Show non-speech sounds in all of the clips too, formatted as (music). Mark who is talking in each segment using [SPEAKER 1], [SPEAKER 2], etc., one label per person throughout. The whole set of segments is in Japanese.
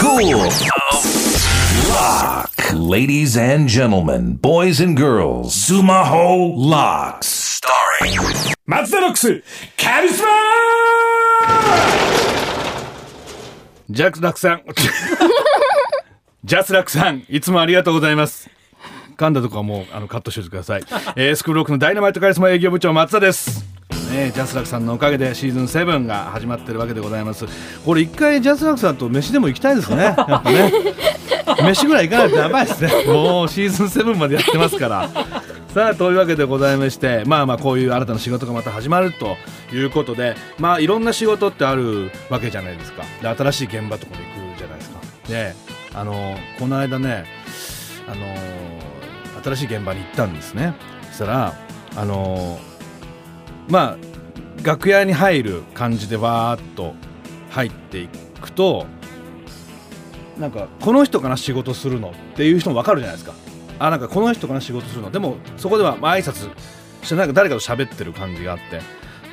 [SPEAKER 1] rules. Lock. Ladies and gentlemen, boys and girls, Sumaho Locks. Starring
[SPEAKER 2] マツダロックス、カリスマジャスラックさん。ジャスラックさん、いつもありがとうございます。噛んだとこはもうあのカットしておいてください。えースクールロックのダイナマイトカリスマ営業部長松田です。ねえ、ジャスラックさんのおかげでシーズン7が始まってるわけでございます。これ一回ジャスラックさんと飯でも行きたいですね。やっぱね。飯ぐらい行かないとやばいですね。もうシーズン7までやってますから。さあというわけでございましてまあまあこういう新たな仕事がまた始まるということでまあいろんな仕事ってあるわけじゃないですかで新しい現場とかで行くじゃないですかであのこの間ねあの新しい現場に行ったんですねそしたらあのまあ楽屋に入る感じでわーっと入っていくとなんかこの人から仕事するのっていう人もわかるじゃないですかあなんかこの人かな仕事するのでもそこではまあ挨拶してなんか誰かと喋ってる感じがあって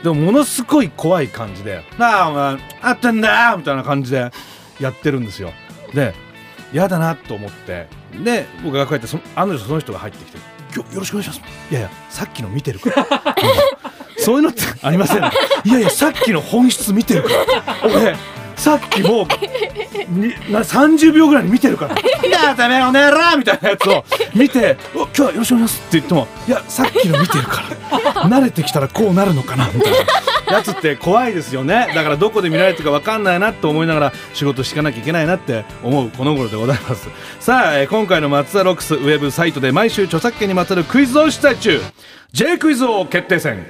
[SPEAKER 2] でもものすごい怖い感じで「なあお前あってんだよ!」みたいな感じでやってるんですよで嫌だなと思ってで僕がこうやってそあの人その人が入ってきて「今日よろしくお願いします」いやいやさっきの見てるから、うんそういうのってありません、いやいやさっきの本質見てるから俺さっきもうにな30秒ぐらいに見てるから「いやだめおねえら!」みたいなやつを見て「お今日はよろしくお願いします」って言っても「いやさっきの見てるから慣れてきたらこうなるのかな」みたいなやつって怖いですよねだからどこで見られてるか分かんないなと思いながら仕事していかなきゃいけないなって思うこの頃でございますさあ、えー今回の「松田ロックス」ウェブサイトで毎週著作権にまつわるクイズを出題中 J クイズ王決定戦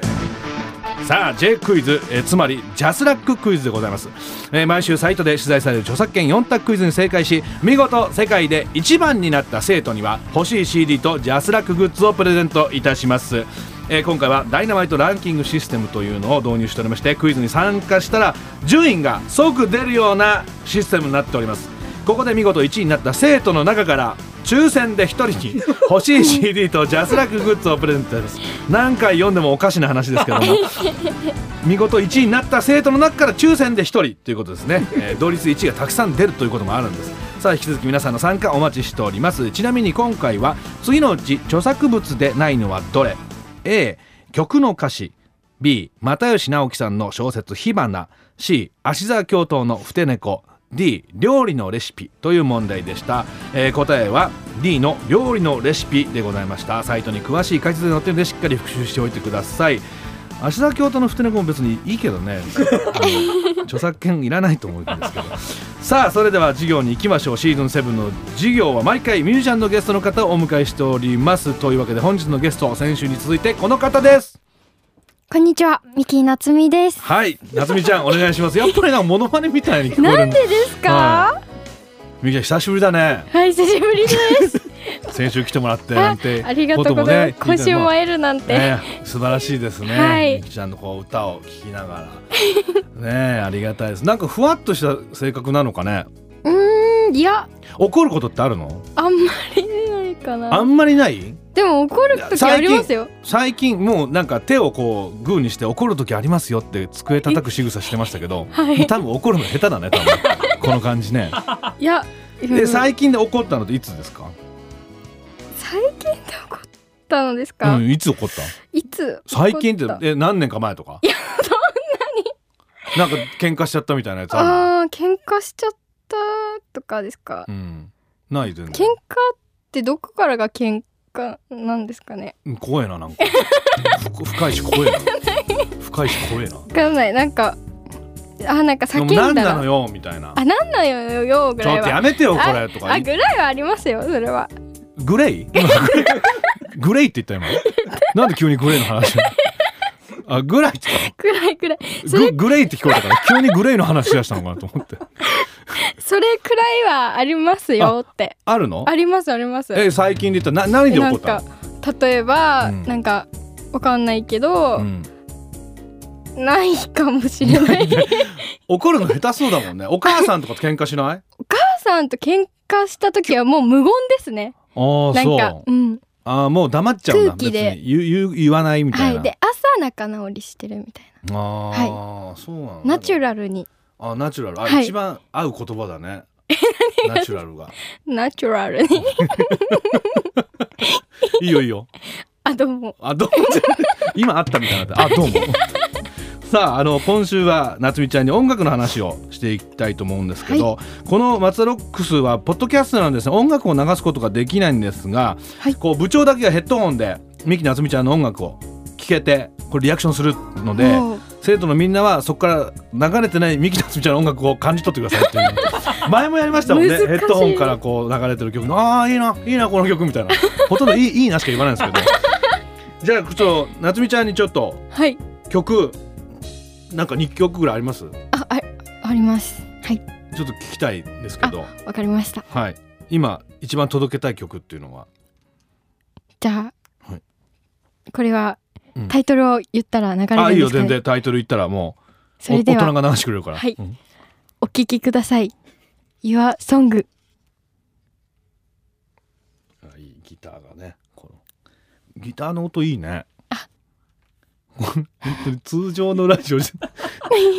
[SPEAKER 2] さあ J クイズ、えーつまりジャスラッククイズでございます、えー毎週サイトで取材される著作権4択クイズに正解し見事世界で1番になった生徒には欲しい CD とジャスラックグッズをプレゼントいたしますえー今回はダイナマイトランキングシステムというのを導入しておりましてクイズに参加したら順位が即出るようなシステムになっておりますここで見事1位になった生徒の中から抽選で1人に欲しい CD とジャスラックグッズをプレゼントいたします何回読んでもおかしな話ですけども見事1位になった生徒の中から抽選で1人ということですね、えー同率1位がたくさん出るということもあるんですさあ引き続き皆さんの参加お待ちしておりますちなみに今回は次のうち著作物でないのはどれ A 曲の歌詞 B 又吉直樹さんの小説「火花」C 芦沢教頭の「ふて猫」D 料理のレシピという問題でした、えー答えは D の料理のレシピでございましたサイトに詳しい解説で載ってるのでしっかり復習しておいてください芦沢教頭のふて猫も別にいいけどね
[SPEAKER 3] (laughs)
[SPEAKER 2] あの著作権いらないと思うんですけどさあそれでは授業に行きましょうシーズン7の授業は毎回ミュージシャンのゲストの方をお迎えしておりますというわけで本日のゲスト先週に続いてこの方です
[SPEAKER 3] こんにちは、ミキー夏美です。
[SPEAKER 2] はい夏美ちゃんお願いしますやっぱりなんかモノマネみたいに聞こえる
[SPEAKER 3] (laughs) なんでですか
[SPEAKER 2] は。みきちゃん久しぶりだね
[SPEAKER 3] はい、久しぶりです。
[SPEAKER 2] 先週来てもらって (laughs) な
[SPEAKER 3] あ
[SPEAKER 2] んて、
[SPEAKER 3] ありがとうございます。今週も
[SPEAKER 2] え
[SPEAKER 3] 会えるなんて。
[SPEAKER 2] ね、素晴らしいですね、
[SPEAKER 3] はい
[SPEAKER 2] みきちゃんのこう歌を聴きながらねありがたいですなんかふわっとした性格なのかね
[SPEAKER 3] うーん、いや、
[SPEAKER 2] 怒ることってあるの
[SPEAKER 3] あんまりないか
[SPEAKER 2] あ
[SPEAKER 3] な。
[SPEAKER 2] んまりない
[SPEAKER 3] でも怒る時ありますよ。
[SPEAKER 2] 最近もうなんか手をこうグーにして怒る時ありますよって机叩く仕草してましたけど、
[SPEAKER 3] (laughs) はい
[SPEAKER 2] 多分怒るの下手だね多分この感じね
[SPEAKER 3] いや、 (laughs) う
[SPEAKER 2] で
[SPEAKER 3] ん最
[SPEAKER 2] 最近で怒ったのっていつですか、
[SPEAKER 3] 近で怒ったのですか。
[SPEAKER 2] うん、いつ怒ったの
[SPEAKER 3] いつ。
[SPEAKER 2] 最近って
[SPEAKER 3] 怒た
[SPEAKER 2] え何年か前とかいやそんなになんか喧嘩しちゃったみたいなやつあ
[SPEAKER 3] ああ、喧嘩しちゃったとかですか。
[SPEAKER 2] るうんない全
[SPEAKER 3] 喧嘩
[SPEAKER 2] 然
[SPEAKER 3] ってどこからが喧嘩なんですかね。
[SPEAKER 2] うん怖えな
[SPEAKER 3] (laughs)
[SPEAKER 2] なんかふ深いし怖えな深いし怖えな
[SPEAKER 3] わかんない、なんか。あ、なんか
[SPEAKER 2] で
[SPEAKER 3] 叫ん
[SPEAKER 2] も
[SPEAKER 3] だ
[SPEAKER 2] 何
[SPEAKER 3] ら。
[SPEAKER 2] なのよみたいな
[SPEAKER 3] あ、なんなんよよぐ
[SPEAKER 2] ちょ
[SPEAKER 3] らい
[SPEAKER 2] っと
[SPEAKER 3] は。
[SPEAKER 2] やめてよこれとか
[SPEAKER 3] あ、ぐらいはありますよ、それは。
[SPEAKER 2] グレイ (laughs) グレイって言った今なんで急にグレイの話あグレイって言っ
[SPEAKER 3] ぐらいくらい。
[SPEAKER 2] た
[SPEAKER 3] そ
[SPEAKER 2] の
[SPEAKER 3] れ、
[SPEAKER 2] ググレイって聞こえたから急にグレイの話し出したのかなと思って
[SPEAKER 3] それくらいはありますよって。
[SPEAKER 2] あるの
[SPEAKER 3] あります、あります。
[SPEAKER 2] え最近で言ったらな何で
[SPEAKER 3] な
[SPEAKER 2] 怒
[SPEAKER 3] ん
[SPEAKER 2] った
[SPEAKER 3] か
[SPEAKER 2] の、
[SPEAKER 3] 例えば、
[SPEAKER 2] うん
[SPEAKER 3] なんか、わかんないけど、
[SPEAKER 2] うん
[SPEAKER 3] ないかもし
[SPEAKER 2] (laughs)
[SPEAKER 3] れない。お
[SPEAKER 2] 怒るの下手そうだもんねお母さんとかと喧嘩
[SPEAKER 3] (laughs)
[SPEAKER 2] しない
[SPEAKER 3] 母さんと喧嘩した時はもう無言ですね。
[SPEAKER 2] ああ
[SPEAKER 3] なん
[SPEAKER 2] そ
[SPEAKER 3] か、
[SPEAKER 2] う
[SPEAKER 3] うん。
[SPEAKER 2] あーもう黙っちゃうんだ
[SPEAKER 3] 空気で
[SPEAKER 2] 別に言う言う言わないみた
[SPEAKER 3] はいい。
[SPEAKER 2] な、
[SPEAKER 3] で、朝仲直りしてるみたい
[SPEAKER 2] ああ、そうなの
[SPEAKER 3] な。ナチュ
[SPEAKER 2] ラ
[SPEAKER 3] ラルに。
[SPEAKER 2] あナチュラルあ、
[SPEAKER 3] はい (laughs)
[SPEAKER 2] 一番合う言葉だねナチュラルが。
[SPEAKER 3] ナチュラルに。 (laughs)
[SPEAKER 2] いいよいいよ。
[SPEAKER 3] あ、どうも。
[SPEAKER 2] あ、どうも。今あったみたいなんだ。あ、どうも。さあ、あの、今週は夏美ちゃんに音楽の話をしていきたいと思うんですけど、このマツダロックスは、ポッドキャストなんですね。音楽を流すことができないんですが、
[SPEAKER 3] はい
[SPEAKER 2] こう、部長だけがヘッドホンで、ミキ夏美ちゃんの音楽を聴けて、これリアクションするので、
[SPEAKER 3] おう
[SPEAKER 2] 生徒のみんなはそこから流れてないミキ夏美ちゃんの音楽を感じ取ってくださいっていう (laughs) 前もやりましたもんねヘ
[SPEAKER 3] 難しい
[SPEAKER 2] ッドホンからこう流れてる曲の「ああーいいないいなこの曲」みたいなほとんどいい「いいな」しか言わないんですけどじゃあちょっと夏美ちゃんにちょっと
[SPEAKER 3] はい。
[SPEAKER 2] 曲なんか2曲ぐらいありますちょ
[SPEAKER 3] あ、あ、あります。はい。
[SPEAKER 2] っと聞きたいんですけど、
[SPEAKER 3] わかりました。
[SPEAKER 2] はい、今一番届けたい曲っていうのは
[SPEAKER 3] じゃあ、
[SPEAKER 2] はい
[SPEAKER 3] これは
[SPEAKER 2] うん
[SPEAKER 3] タイトルを言ったら流れるんですか、ね
[SPEAKER 2] あいいよ全然タイトル言ったらもう
[SPEAKER 3] そ
[SPEAKER 2] お
[SPEAKER 3] れ
[SPEAKER 2] 大
[SPEAKER 3] で
[SPEAKER 2] 人
[SPEAKER 3] は
[SPEAKER 2] が流してくれるから、
[SPEAKER 3] はい
[SPEAKER 2] うん
[SPEAKER 3] お聞きください Your Song
[SPEAKER 2] あいいギターがねこのギターの音いいね本当に通常のラジオじゃ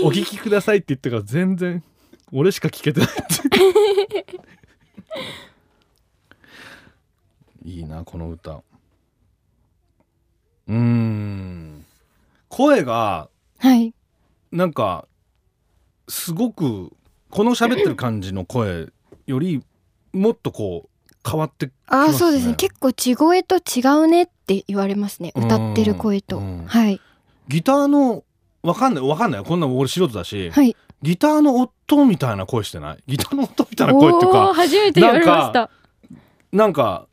[SPEAKER 2] お聞きくださいって言ったから全然俺しか聞けてないっていういいなこの歌うーん声が
[SPEAKER 3] はい
[SPEAKER 2] なんかすごくこの喋ってる感じの声よりもっとこう変わってき
[SPEAKER 3] あ
[SPEAKER 2] ま
[SPEAKER 3] あ、
[SPEAKER 2] すね
[SPEAKER 3] そうですね結構地声と違うねって言われますね
[SPEAKER 2] うん
[SPEAKER 3] 歌ってる声と
[SPEAKER 2] うん
[SPEAKER 3] はい
[SPEAKER 2] ギターのわかんないわかんないこんなん俺素人だし、
[SPEAKER 3] はい
[SPEAKER 2] ギターの音みたいな声してないギターの音みたいな
[SPEAKER 3] お
[SPEAKER 2] 声っていう
[SPEAKER 3] おー
[SPEAKER 2] か
[SPEAKER 3] 初めて言われました
[SPEAKER 2] なんか、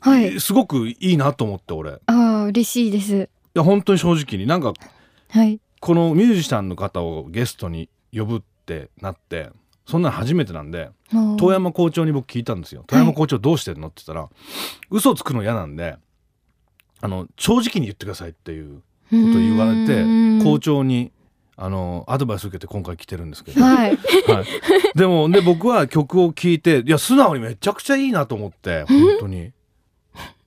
[SPEAKER 3] はい
[SPEAKER 2] すごくいいなと思って俺い
[SPEAKER 3] ああ嬉しいです
[SPEAKER 2] や本当に正直になんか
[SPEAKER 3] はい
[SPEAKER 2] このミュージシャンの方をゲストに呼ぶってなってそんなの初めてなんで
[SPEAKER 3] もう
[SPEAKER 2] 遠山校長に僕聞いたんですよ「遠山校長どうしてるの?」って言ったら「嘘つくの嫌なんであの正直に言ってください」っていうことを言われて
[SPEAKER 3] うーん
[SPEAKER 2] 校長にあのアドバイス受けて今回来てるんですけど、は
[SPEAKER 3] はい
[SPEAKER 2] い、でもで僕は曲を聴いていや素直にめちゃくちゃいいなと思って本当に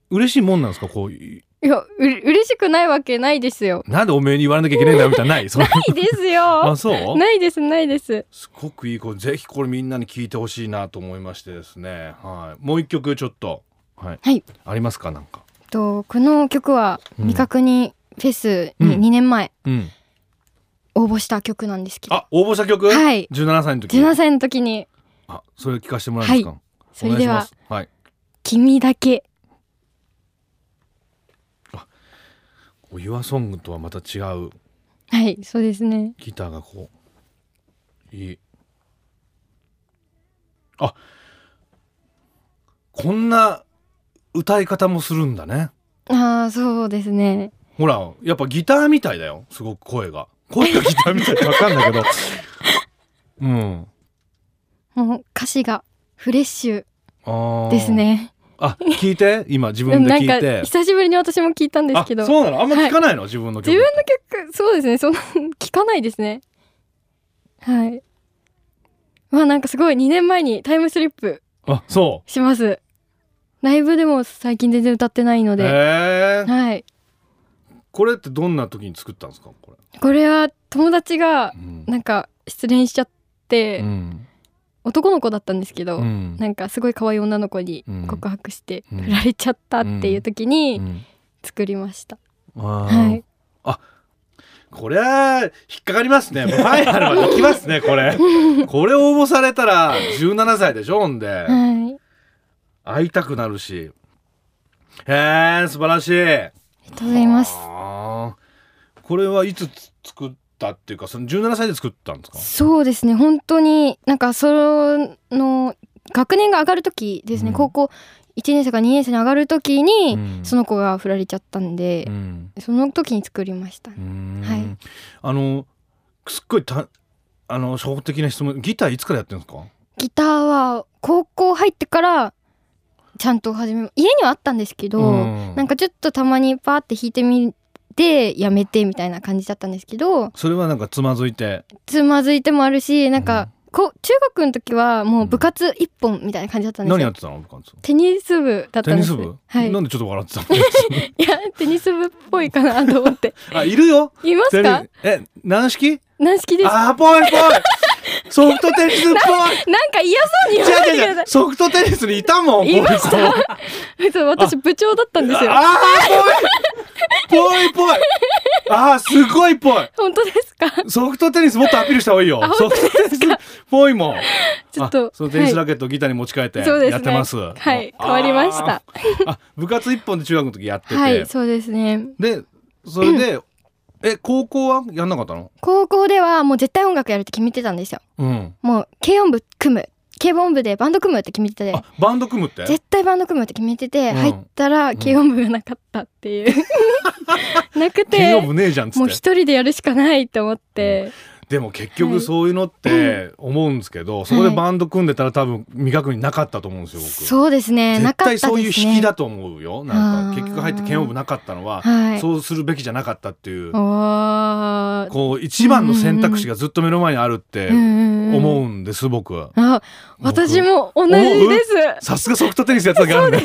[SPEAKER 2] 嬉しいもんなんですかこうい
[SPEAKER 3] (laughs) いやうれ嬉しくないわけないですよ
[SPEAKER 2] なんでおめえに言われなきゃいけないんだよみたいなないそんな
[SPEAKER 3] ないです
[SPEAKER 2] (laughs) あ
[SPEAKER 3] よ
[SPEAKER 2] そう
[SPEAKER 3] ないですないです
[SPEAKER 2] すごくいいこれぜひこれみんなに聞いてほしいなと思いましてですね、はい、もう一曲ちょっと、はい
[SPEAKER 3] はい
[SPEAKER 2] ありますかなんか。
[SPEAKER 3] とこの曲は
[SPEAKER 2] うん
[SPEAKER 3] 未確認フェス
[SPEAKER 2] う
[SPEAKER 3] に
[SPEAKER 2] ん
[SPEAKER 3] 2年前
[SPEAKER 2] うん、
[SPEAKER 3] 応募した曲なんですけど、
[SPEAKER 2] あ応募した曲、
[SPEAKER 3] はい
[SPEAKER 2] 17歳の時
[SPEAKER 3] 17歳の時に
[SPEAKER 2] あそれ聞かせてもらえますか、
[SPEAKER 3] それでは
[SPEAKER 2] お願いし
[SPEAKER 3] 「君だけ
[SPEAKER 2] ますはい「ユアソングとはまた違う」
[SPEAKER 3] はいそうですね
[SPEAKER 2] ギターがこういいあこんな歌い方もするんだね
[SPEAKER 3] ああそうですね
[SPEAKER 2] ほらやっぱギターみたいだよすごく声が声がギターみたいってわかんないけ
[SPEAKER 3] (laughs)
[SPEAKER 2] どうん
[SPEAKER 3] もう歌詞がフレッシュ
[SPEAKER 2] あー
[SPEAKER 3] ですね
[SPEAKER 2] あ聞いて今自
[SPEAKER 3] う
[SPEAKER 2] 分
[SPEAKER 3] ん
[SPEAKER 2] で
[SPEAKER 3] な
[SPEAKER 2] 聞
[SPEAKER 3] ん
[SPEAKER 2] い
[SPEAKER 3] か
[SPEAKER 2] て
[SPEAKER 3] 久しぶりに私も聞いたんです
[SPEAKER 2] あ
[SPEAKER 3] けど自
[SPEAKER 2] そうなのあんま聞かないの、自分の曲
[SPEAKER 3] 分の曲そうですねそんな聞かないですねはいまあなんかすごい2年前にタイムスリップ
[SPEAKER 2] あそう
[SPEAKER 3] しますライブでも最近全然歌ってないので、
[SPEAKER 2] へえ
[SPEAKER 3] はい
[SPEAKER 2] これってどんな時に作ったんですかこれ、
[SPEAKER 3] これは友達が
[SPEAKER 2] うん
[SPEAKER 3] なんか失恋しちゃって、
[SPEAKER 2] うん
[SPEAKER 3] 男の子だったんですけど、
[SPEAKER 2] うん
[SPEAKER 3] なんかすごい可愛い女の子に告白して
[SPEAKER 2] うん
[SPEAKER 3] 振られちゃったっていう時に
[SPEAKER 2] うん
[SPEAKER 3] 作りました、
[SPEAKER 2] あー
[SPEAKER 3] はい
[SPEAKER 2] これは引っかかりますねファイナルまで来ますねこれこれ応募されたら17歳でしょほんで
[SPEAKER 3] はい
[SPEAKER 2] 会いたくなるしへえ素晴らしいあ
[SPEAKER 3] ありがとうございます
[SPEAKER 2] ーこれはいつつ作ったっていうかその17歳で作ったんですか
[SPEAKER 3] そうですね本当になんかその学年が上がる時ですね、
[SPEAKER 2] うん
[SPEAKER 3] 高校1年生か2年生に上がる時に、
[SPEAKER 2] うん
[SPEAKER 3] その子が振られちゃったんで
[SPEAKER 2] う、ん
[SPEAKER 3] その時に作りました、
[SPEAKER 2] うーん
[SPEAKER 3] はい
[SPEAKER 2] あのすっごいたあの初歩的な質問ギターいつからやってるんですか
[SPEAKER 3] ギターは高校入ってからちゃんと始め家にはあったんですけど、
[SPEAKER 2] うん
[SPEAKER 3] なんかちょっとたまにパーって弾いてみてやめてみたいな感じだったんですけど
[SPEAKER 2] それはなんかつまずいて
[SPEAKER 3] つまずいてもあるしなんか、こう中学の時はもう部活一本みたいな感じだったんです
[SPEAKER 2] 何や
[SPEAKER 3] よ
[SPEAKER 2] ってたの部活
[SPEAKER 3] テニス部だった
[SPEAKER 2] テ
[SPEAKER 3] ん
[SPEAKER 2] ニ
[SPEAKER 3] で
[SPEAKER 2] ス
[SPEAKER 3] す
[SPEAKER 2] 部、
[SPEAKER 3] はいい
[SPEAKER 2] なんでちょっと笑ってた
[SPEAKER 3] やテニス部っぽいかな
[SPEAKER 2] (laughs)
[SPEAKER 3] と思って
[SPEAKER 2] のあいるよ
[SPEAKER 3] います
[SPEAKER 2] テ
[SPEAKER 3] か
[SPEAKER 2] ニスえ軟式
[SPEAKER 3] 軟式です (laughs)
[SPEAKER 2] あーぽいぽいソフトテニスっ
[SPEAKER 3] なんか嫌そうに
[SPEAKER 2] ぽい
[SPEAKER 3] 言
[SPEAKER 2] 違
[SPEAKER 3] わないう
[SPEAKER 2] 違
[SPEAKER 3] でく
[SPEAKER 2] う違う
[SPEAKER 3] だ
[SPEAKER 2] ソフトテニスにいたもん
[SPEAKER 3] いました
[SPEAKER 2] こういう子
[SPEAKER 3] さいそう私部長だったんですよ
[SPEAKER 2] ああぽいぽいぽいああすごいぽい
[SPEAKER 3] 本当ですか
[SPEAKER 2] ソフトテニスもっとアピールした方がいいよ
[SPEAKER 3] あ
[SPEAKER 2] ソ
[SPEAKER 3] 本
[SPEAKER 2] フトテニスっぽいもん
[SPEAKER 3] ちょっと
[SPEAKER 2] あそのテニスラケットをギターに持ち替えて
[SPEAKER 3] そうですね
[SPEAKER 2] やってます
[SPEAKER 3] はい変わりました
[SPEAKER 2] ああ部活一本で中学の時やってて、
[SPEAKER 3] はいそうですね
[SPEAKER 2] でそれでえ高校はやんなかったの
[SPEAKER 3] 高校ではもう絶対音楽やるって決めてたんですよ
[SPEAKER 2] うん
[SPEAKER 3] もう軽音部組む軽音部でバンド組むって決めてて
[SPEAKER 2] あバンド組むって
[SPEAKER 3] 絶対バンド組むって決めてて、
[SPEAKER 2] うん
[SPEAKER 3] 入ったら軽音部がなかったっていう
[SPEAKER 2] (laughs)
[SPEAKER 3] な
[SPEAKER 2] 金
[SPEAKER 3] くて
[SPEAKER 2] 曜部ねえじゃんっつ
[SPEAKER 3] もう
[SPEAKER 2] って
[SPEAKER 3] 一人でやるしかないと思って、
[SPEAKER 2] でも結局そういうのって思うんですけど、そこでバンド組んでたら多分未確認なかったと思うんですよ僕
[SPEAKER 3] そうですねな
[SPEAKER 2] 絶
[SPEAKER 3] か
[SPEAKER 2] 対
[SPEAKER 3] ったですね
[SPEAKER 2] そういう引きだと思うよなん
[SPEAKER 3] あー
[SPEAKER 2] か結局入って嫌悪部なかったのは、
[SPEAKER 3] はい
[SPEAKER 2] そうするべきじゃなかったっていう
[SPEAKER 3] お
[SPEAKER 2] こう一番の選択肢がずっと目の前にあるって思
[SPEAKER 3] 思
[SPEAKER 2] うんです僕
[SPEAKER 3] あ私も同じです
[SPEAKER 2] さすがソフトテニスやってたからね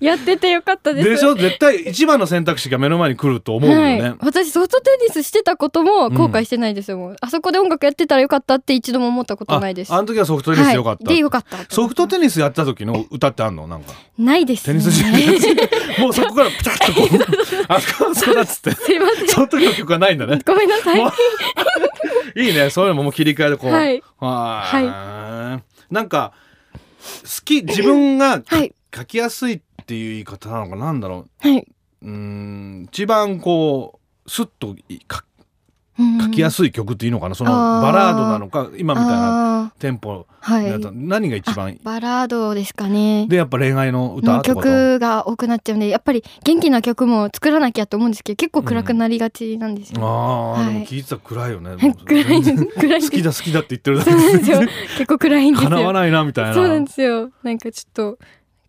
[SPEAKER 3] やっててよかったです
[SPEAKER 2] でしょ絶対一番の選択肢が目の前に来ると思うよね、
[SPEAKER 3] はい、私ソフトテニスしてたことも後悔してないですよ、もうあそこで音楽やってたらよかったって一度も思ったこと
[SPEAKER 2] あ
[SPEAKER 3] ないです
[SPEAKER 2] あの時はソフトテニスよかった、
[SPEAKER 3] はい、でよかった
[SPEAKER 2] ソフトテニスやってた時の歌ってあんのなんか
[SPEAKER 3] ない (laughs) です
[SPEAKER 2] テ
[SPEAKER 3] ね
[SPEAKER 2] ニスじゃないやつもうそこからピタッとこう (laughs) あそこあそこだっつって
[SPEAKER 3] すいません
[SPEAKER 2] その時の曲はないんだね
[SPEAKER 3] ごめんなさい
[SPEAKER 2] もいいねそういうのももう切り替えでこう
[SPEAKER 3] はい
[SPEAKER 2] はーいなんか好き自分が
[SPEAKER 3] はい
[SPEAKER 2] 書きやすいっていう言い方なのかなんだろ
[SPEAKER 3] はいう
[SPEAKER 2] うーん一番こうスッといか書きや
[SPEAKER 3] い
[SPEAKER 2] すい曲っていうのかなその
[SPEAKER 3] あー
[SPEAKER 2] バラードなのか今みたいな
[SPEAKER 3] な
[SPEAKER 2] テンポ
[SPEAKER 3] は
[SPEAKER 2] だ
[SPEAKER 3] い
[SPEAKER 2] と何が一番いい
[SPEAKER 3] バラードですかね
[SPEAKER 2] でやっぱ恋愛の歌
[SPEAKER 3] の
[SPEAKER 2] ってこと
[SPEAKER 3] 曲が多くなっちゃうんでやっぱり元気な曲も作らなきゃと思うんですけど結構暗くなりがちなんですよ、
[SPEAKER 2] ああ、
[SPEAKER 3] はい
[SPEAKER 2] でも聞いてたら暗いよね。
[SPEAKER 3] 暗いんです
[SPEAKER 2] (laughs) 好
[SPEAKER 3] (laughs) 暗いんです
[SPEAKER 2] きだ好きだって言ってるだけ
[SPEAKER 3] そうなんですよ
[SPEAKER 2] で
[SPEAKER 3] 結構暗いんです
[SPEAKER 2] (laughs)
[SPEAKER 3] よ
[SPEAKER 2] 叶わないなみたいな。
[SPEAKER 3] そうなんですよなんかちょっと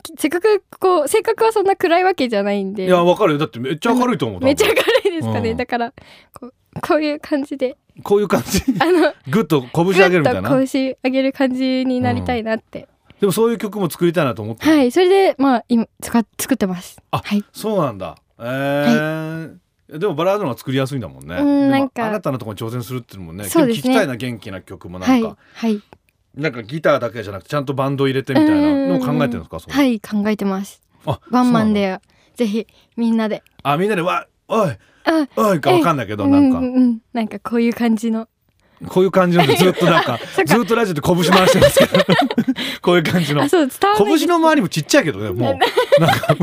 [SPEAKER 3] きせっかくこう性格はそんな暗いわけじゃないんで
[SPEAKER 2] いやわかるよだってめっちゃ明るいと思う。多分
[SPEAKER 3] めっちゃ明るいですかね、
[SPEAKER 2] うん
[SPEAKER 3] だからこうこういう感じで
[SPEAKER 2] こういう感じ。
[SPEAKER 3] あの
[SPEAKER 2] グッと拳
[SPEAKER 3] ぐ
[SPEAKER 2] 上げるみたい
[SPEAKER 3] っと
[SPEAKER 2] な。
[SPEAKER 3] 腰上げる感じになりたいなって、
[SPEAKER 2] でもそういう曲も作りたいなと思ってる。
[SPEAKER 3] はいそれでまあ今使っ作ってます
[SPEAKER 2] あ
[SPEAKER 3] はい
[SPEAKER 2] そうなんだ。えーでもバラードの方が作りやすいんだもんね。
[SPEAKER 3] う
[SPEAKER 2] で
[SPEAKER 3] ん
[SPEAKER 2] も
[SPEAKER 3] なんか
[SPEAKER 2] あなたのところに挑戦するっていうのもね。
[SPEAKER 3] そうですね
[SPEAKER 2] 聞きたいな元気な曲もなんか、
[SPEAKER 3] はいはい
[SPEAKER 2] なんかギターだけじゃなくてちゃんとバンド入れてみたいなのも考えてるんですか。そこ
[SPEAKER 3] はい考えてます
[SPEAKER 2] あ
[SPEAKER 3] ワンマ
[SPEAKER 2] そう
[SPEAKER 3] ン
[SPEAKER 2] なんだ
[SPEAKER 3] でぜひみんなで
[SPEAKER 2] あみんなでわおい
[SPEAKER 3] あ
[SPEAKER 2] おいかわかんないけどなんか。
[SPEAKER 3] うんうん、なんかこういう感じの
[SPEAKER 2] こういう感じのでずっと
[SPEAKER 3] (laughs)
[SPEAKER 2] なんか
[SPEAKER 3] っか
[SPEAKER 2] ずっとラジオで拳回してますけど (laughs) こういう感じの
[SPEAKER 3] あ
[SPEAKER 2] 拳
[SPEAKER 3] そう伝わらない
[SPEAKER 2] の周りもちっちゃいけどねもうなんか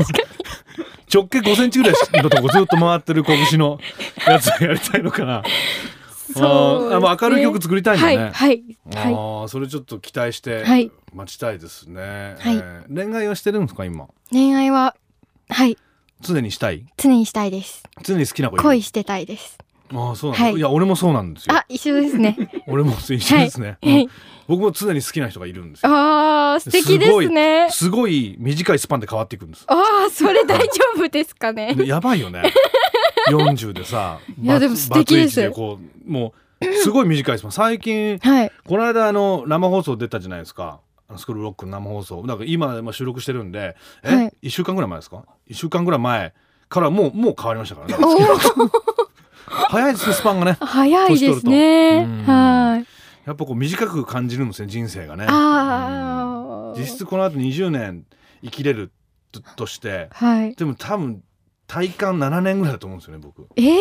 [SPEAKER 2] 直径5センチぐらいのとこずっと回ってる拳のやつやりたいのかな
[SPEAKER 3] そう
[SPEAKER 2] あーあもう明るい曲作りたいんだね
[SPEAKER 3] はいはいはい
[SPEAKER 2] ああそれちょっと期待して
[SPEAKER 3] はい
[SPEAKER 2] 待ちたいですね、
[SPEAKER 3] はい
[SPEAKER 2] えー恋愛はしてるんですか今
[SPEAKER 3] 恋愛ははい
[SPEAKER 2] 常にしたい
[SPEAKER 3] 常にしたいです
[SPEAKER 2] 常に好きな子いる
[SPEAKER 3] 恋してたいです
[SPEAKER 2] ああそうなんだ、
[SPEAKER 3] はい
[SPEAKER 2] い、や俺もそうなんですよ
[SPEAKER 3] あ一緒ですね
[SPEAKER 2] 俺も一緒ですね、
[SPEAKER 3] はいはい
[SPEAKER 2] 僕も常に好きな人がいるんですよ
[SPEAKER 3] (laughs) あー素敵ですね
[SPEAKER 2] すごい短いスパンで変わっていくんです
[SPEAKER 3] ああそれ大丈夫ですかね
[SPEAKER 2] でやばいよ
[SPEAKER 3] (laughs)
[SPEAKER 2] ね40でさ
[SPEAKER 3] い
[SPEAKER 2] バ
[SPEAKER 3] や
[SPEAKER 2] ツ
[SPEAKER 3] でも素敵です
[SPEAKER 2] バツイチこうもうすごい短いですもん最近
[SPEAKER 3] はい
[SPEAKER 2] この間あの生放送出たじゃないですかあのスクールブロックの生放送だから今まあ収録してるんでえ、
[SPEAKER 3] はい
[SPEAKER 2] 1週間ぐらい前ですか1週間ぐらい前からもうもう変わりましたからね
[SPEAKER 3] おー
[SPEAKER 2] (laughs) 早いですねスパンがね
[SPEAKER 3] 早いですね
[SPEAKER 2] 年取るとうん
[SPEAKER 3] はい
[SPEAKER 2] やっぱこう短く感じるんですね人生がね
[SPEAKER 3] ああ
[SPEAKER 2] 実質この後20年生きれるととして
[SPEAKER 3] はい
[SPEAKER 2] でも多分体感7年ぐらいだと思うんですよね僕
[SPEAKER 3] えー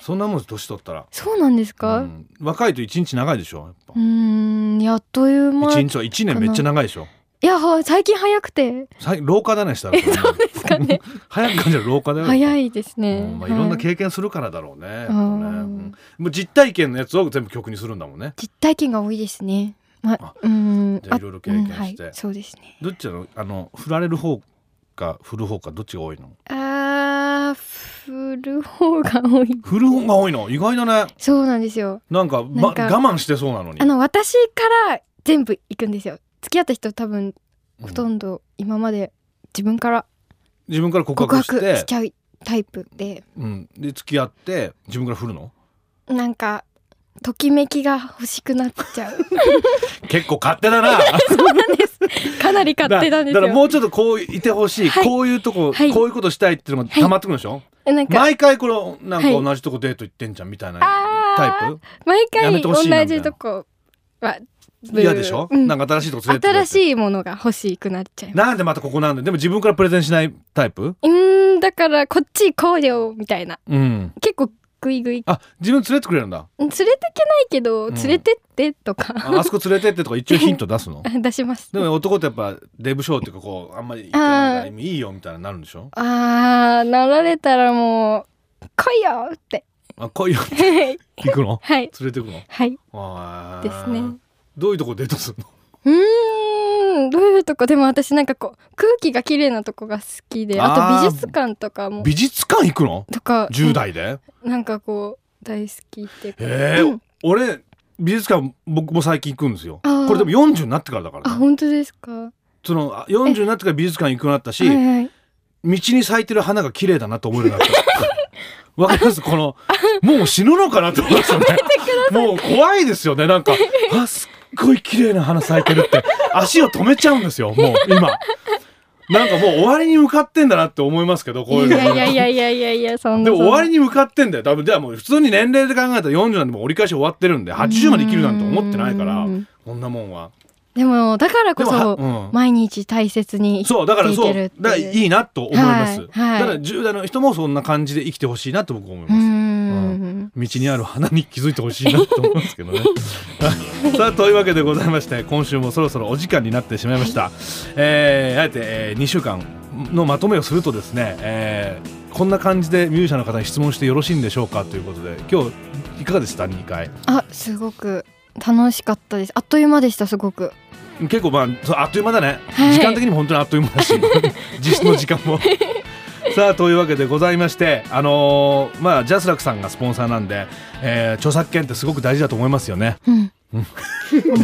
[SPEAKER 2] そんなもんです年取ったら
[SPEAKER 3] そうなんです
[SPEAKER 2] う
[SPEAKER 3] か
[SPEAKER 2] ん若いと一日長いでしょやっぱ
[SPEAKER 3] うーんやっという間
[SPEAKER 2] 一
[SPEAKER 3] い
[SPEAKER 2] 日は一年めっちゃ長いでしょ
[SPEAKER 3] やはい最近早くて
[SPEAKER 2] さい老化だねしたらそう
[SPEAKER 3] ですかね
[SPEAKER 2] 早く感じる老化だよ
[SPEAKER 3] 早いで
[SPEAKER 2] (laughs)
[SPEAKER 3] す
[SPEAKER 2] う
[SPEAKER 3] ね
[SPEAKER 2] んまあ、いろんな
[SPEAKER 3] はい
[SPEAKER 2] 経験するからだろうね,やっぱね、
[SPEAKER 3] うん
[SPEAKER 2] うんもう実体験のやつを全部曲にするんだもんね
[SPEAKER 3] 実体験が多いですねま
[SPEAKER 2] あ
[SPEAKER 3] あうん
[SPEAKER 2] じゃあ
[SPEAKER 3] あ
[SPEAKER 2] いろいろ経験
[SPEAKER 3] うんはい
[SPEAKER 2] して
[SPEAKER 3] そうですね
[SPEAKER 2] どっちなのあの振られる方か振る方かどっちが多いの
[SPEAKER 3] あー振る方が多い
[SPEAKER 2] 振る方が多いの意外だね
[SPEAKER 3] そうなんですよ
[SPEAKER 2] なんかま
[SPEAKER 3] なんか
[SPEAKER 2] 我慢してそうなのに
[SPEAKER 3] あの私から全部行くんですよ付き合った人多分
[SPEAKER 2] うん
[SPEAKER 3] ほとんど今まで自分から
[SPEAKER 2] 自分から告
[SPEAKER 3] 告
[SPEAKER 2] 白し
[SPEAKER 3] 白
[SPEAKER 2] て
[SPEAKER 3] しちゃうタイプで
[SPEAKER 2] うん、で付き合って自分から振るの
[SPEAKER 3] なんかときめきが欲しくなっ
[SPEAKER 2] (laughs)
[SPEAKER 3] ちゃう
[SPEAKER 2] 結構勝手だな
[SPEAKER 3] そうなんですかなり勝手なんです
[SPEAKER 2] だからも
[SPEAKER 3] よ
[SPEAKER 2] うちょっとこういてほしい、
[SPEAKER 3] はい
[SPEAKER 2] こういうとこ、
[SPEAKER 3] はい
[SPEAKER 2] こういうことしたいっていうのが溜まってくるんでしょ、
[SPEAKER 3] えなんか
[SPEAKER 2] 毎回このなんか
[SPEAKER 3] はい
[SPEAKER 2] 同じとこデート行ってんじゃんみたいな、
[SPEAKER 3] あ
[SPEAKER 2] タイプ
[SPEAKER 3] 毎
[SPEAKER 2] や
[SPEAKER 3] 回
[SPEAKER 2] めてほ
[SPEAKER 3] 同
[SPEAKER 2] しいな
[SPEAKER 3] じとこはブー
[SPEAKER 2] 嫌でしょ、
[SPEAKER 3] うん
[SPEAKER 2] なんか新しいとこ連れてって
[SPEAKER 3] 新しいものが欲しくなっちゃいます
[SPEAKER 2] なんでまたここなんででも自分からプレゼンしないタイプ
[SPEAKER 3] うーんだからこっち行こうよみたいな
[SPEAKER 2] うん
[SPEAKER 3] 結構グイグイ
[SPEAKER 2] あ自分連れてくれるんだ
[SPEAKER 3] 連れてけないけど
[SPEAKER 2] うん
[SPEAKER 3] 連れてってとか、
[SPEAKER 2] ああそこ連れてってとか一応ヒント出す
[SPEAKER 3] (laughs)
[SPEAKER 2] の
[SPEAKER 3] 出します
[SPEAKER 2] でも男ってやっぱデブショーっていうかこうあんまり言ってないからいいよみたいになるんでしょ
[SPEAKER 3] あーなられたらもう来いよって
[SPEAKER 2] あ来いよって行くの
[SPEAKER 3] はい
[SPEAKER 2] 連れてくの
[SPEAKER 3] はい
[SPEAKER 2] あー
[SPEAKER 3] ですね
[SPEAKER 2] どういうとこデートするの
[SPEAKER 3] うーんどういうとこでも私なんかこう空気が綺麗なとこが好きであ
[SPEAKER 2] あー
[SPEAKER 3] と美術館とかも
[SPEAKER 2] 美術館行くの
[SPEAKER 3] とか
[SPEAKER 2] ?10 代で
[SPEAKER 3] なんかこう大好きっていうか
[SPEAKER 2] ええ俺美術館僕も最近行くんですよ
[SPEAKER 3] あー
[SPEAKER 2] これでも40になってからだか
[SPEAKER 3] あ
[SPEAKER 2] らね
[SPEAKER 3] 本当ですか
[SPEAKER 2] そのあ40になってから美術館行くようになったし
[SPEAKER 3] はいはい
[SPEAKER 2] 道に咲いてる花が綺麗だなと思えるようになった。わ (laughs) かりますこの、もう死ぬのかなと思いますよね。もう怖いですよね。
[SPEAKER 3] (laughs)
[SPEAKER 2] なんか、あ、すっごい綺麗な花咲いてるって、足を止めちゃうんですよ。もう今。なんかもう終わりに向かってんだなって思いますけど、こういう
[SPEAKER 3] い
[SPEAKER 2] の。
[SPEAKER 3] やいやいやいやいやいやそんな
[SPEAKER 2] でも
[SPEAKER 3] そん
[SPEAKER 2] 終
[SPEAKER 3] な
[SPEAKER 2] わりに向かってんだよ。多分、じゃあもう普通に年齢で考えたら40なんでもう折り返し終わってるんで、80まで生きるなんて思ってないから
[SPEAKER 3] うん、
[SPEAKER 2] こんなもんは。
[SPEAKER 3] でもだからこ
[SPEAKER 2] でもは
[SPEAKER 3] そ、
[SPEAKER 2] うん
[SPEAKER 3] 毎日大切に
[SPEAKER 2] そうだから
[SPEAKER 3] 生き
[SPEAKER 2] そ
[SPEAKER 3] て
[SPEAKER 2] う
[SPEAKER 3] る
[SPEAKER 2] だ
[SPEAKER 3] って
[SPEAKER 2] からいいなと思います、
[SPEAKER 3] はいはい
[SPEAKER 2] だから10代の人もそんな感じで生きてほしいなと僕は思いうます、
[SPEAKER 3] ん
[SPEAKER 2] 道にある花に気づいてほしいなと思うんです
[SPEAKER 3] (laughs)
[SPEAKER 2] けどねさあというわけでございまして今週もそろそろお時間になってしまいました、えーあえて、え2週間のまとめをするとですね、えーこんな感じでミュージシャンの方に質問してよろしいんでしょうかということで今日いかがでした2回
[SPEAKER 3] あすごく楽しかったですあっという間でしたすごく
[SPEAKER 2] 結構まあそうあっという間だね、
[SPEAKER 3] はい
[SPEAKER 2] 時間的にも本当にあっという間
[SPEAKER 3] (laughs)
[SPEAKER 2] だし実質の時間も。さあというわけでございましてあのーまあジャスラックさんがスポンサーなんで、えー著作権ってすごく大事だと思いますよね
[SPEAKER 3] うん思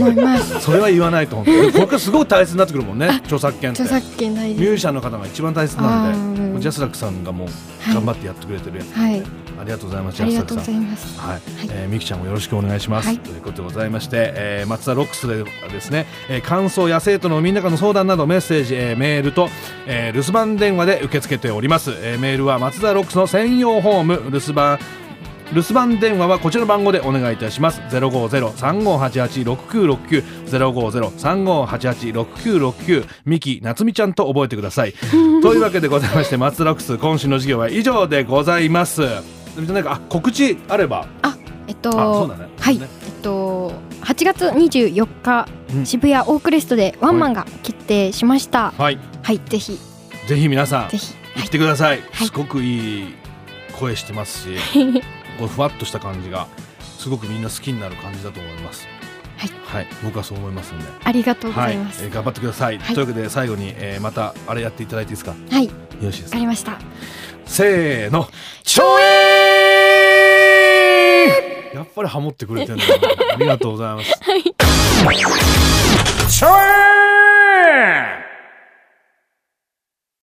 [SPEAKER 3] います
[SPEAKER 2] それは言わないと本当にこれからすごく大切になってくるもんね著作権って
[SPEAKER 3] 著
[SPEAKER 2] ミュ
[SPEAKER 3] 作権大
[SPEAKER 2] ー
[SPEAKER 3] 事
[SPEAKER 2] ジシャンの方が一番大切なんで、
[SPEAKER 3] あーうん
[SPEAKER 2] ジャスラックさんがもう
[SPEAKER 3] はい
[SPEAKER 2] 頑張ってやってくれてるやつ、
[SPEAKER 3] はい
[SPEAKER 2] ありがとうございますジ
[SPEAKER 3] あ
[SPEAKER 2] ャ
[SPEAKER 3] り
[SPEAKER 2] スラ
[SPEAKER 3] が
[SPEAKER 2] ック
[SPEAKER 3] と
[SPEAKER 2] さ
[SPEAKER 3] うんございます
[SPEAKER 2] はい、えーみきちゃんもよろしくお願いします、
[SPEAKER 3] はい
[SPEAKER 2] ということでございまして、えー、松田ロックスではですね、えー感想や生徒のみんなからの相談などメッセージ、えーメールと、えー留守番電話で受け付けております、えーメールは松田ロックスの専用ホーム留守番留守番電話はこちらの番号でお願いいたします050-3588-6969 050-3588-6969ミキ夏美ちゃんと覚えてくださ
[SPEAKER 3] (laughs)
[SPEAKER 2] いというわけでございまして松田ロックス今週の授業は以上でございますなんかあ告知あれば
[SPEAKER 3] えっ
[SPEAKER 2] あそう
[SPEAKER 3] と
[SPEAKER 2] だね
[SPEAKER 3] はい
[SPEAKER 2] ね
[SPEAKER 3] えっと8月24日
[SPEAKER 2] うん
[SPEAKER 3] 渋谷オークレストでワンマンが決定しました
[SPEAKER 2] はい、
[SPEAKER 3] はいぜひ
[SPEAKER 2] ぜひ皆さん
[SPEAKER 3] ぜひ
[SPEAKER 2] 来てください、
[SPEAKER 3] はい
[SPEAKER 2] すごくいい声してますしこうふわっとした感じがすごくみんな好きになる感じだと思います
[SPEAKER 3] はい、
[SPEAKER 2] 僕はそう思いますんで
[SPEAKER 3] ありがとうご
[SPEAKER 2] は
[SPEAKER 3] ざ
[SPEAKER 2] い、え
[SPEAKER 3] います
[SPEAKER 2] ー頑張ってください、
[SPEAKER 3] はい
[SPEAKER 2] というわけで最後に、えーまたあれやっていただいていいですかよ
[SPEAKER 3] はいわ
[SPEAKER 2] ろしいです
[SPEAKER 3] か
[SPEAKER 2] か
[SPEAKER 3] りました
[SPEAKER 2] せーの超
[SPEAKER 3] (laughs)
[SPEAKER 2] えやっぱりハモってくれてるんだなありがとうございます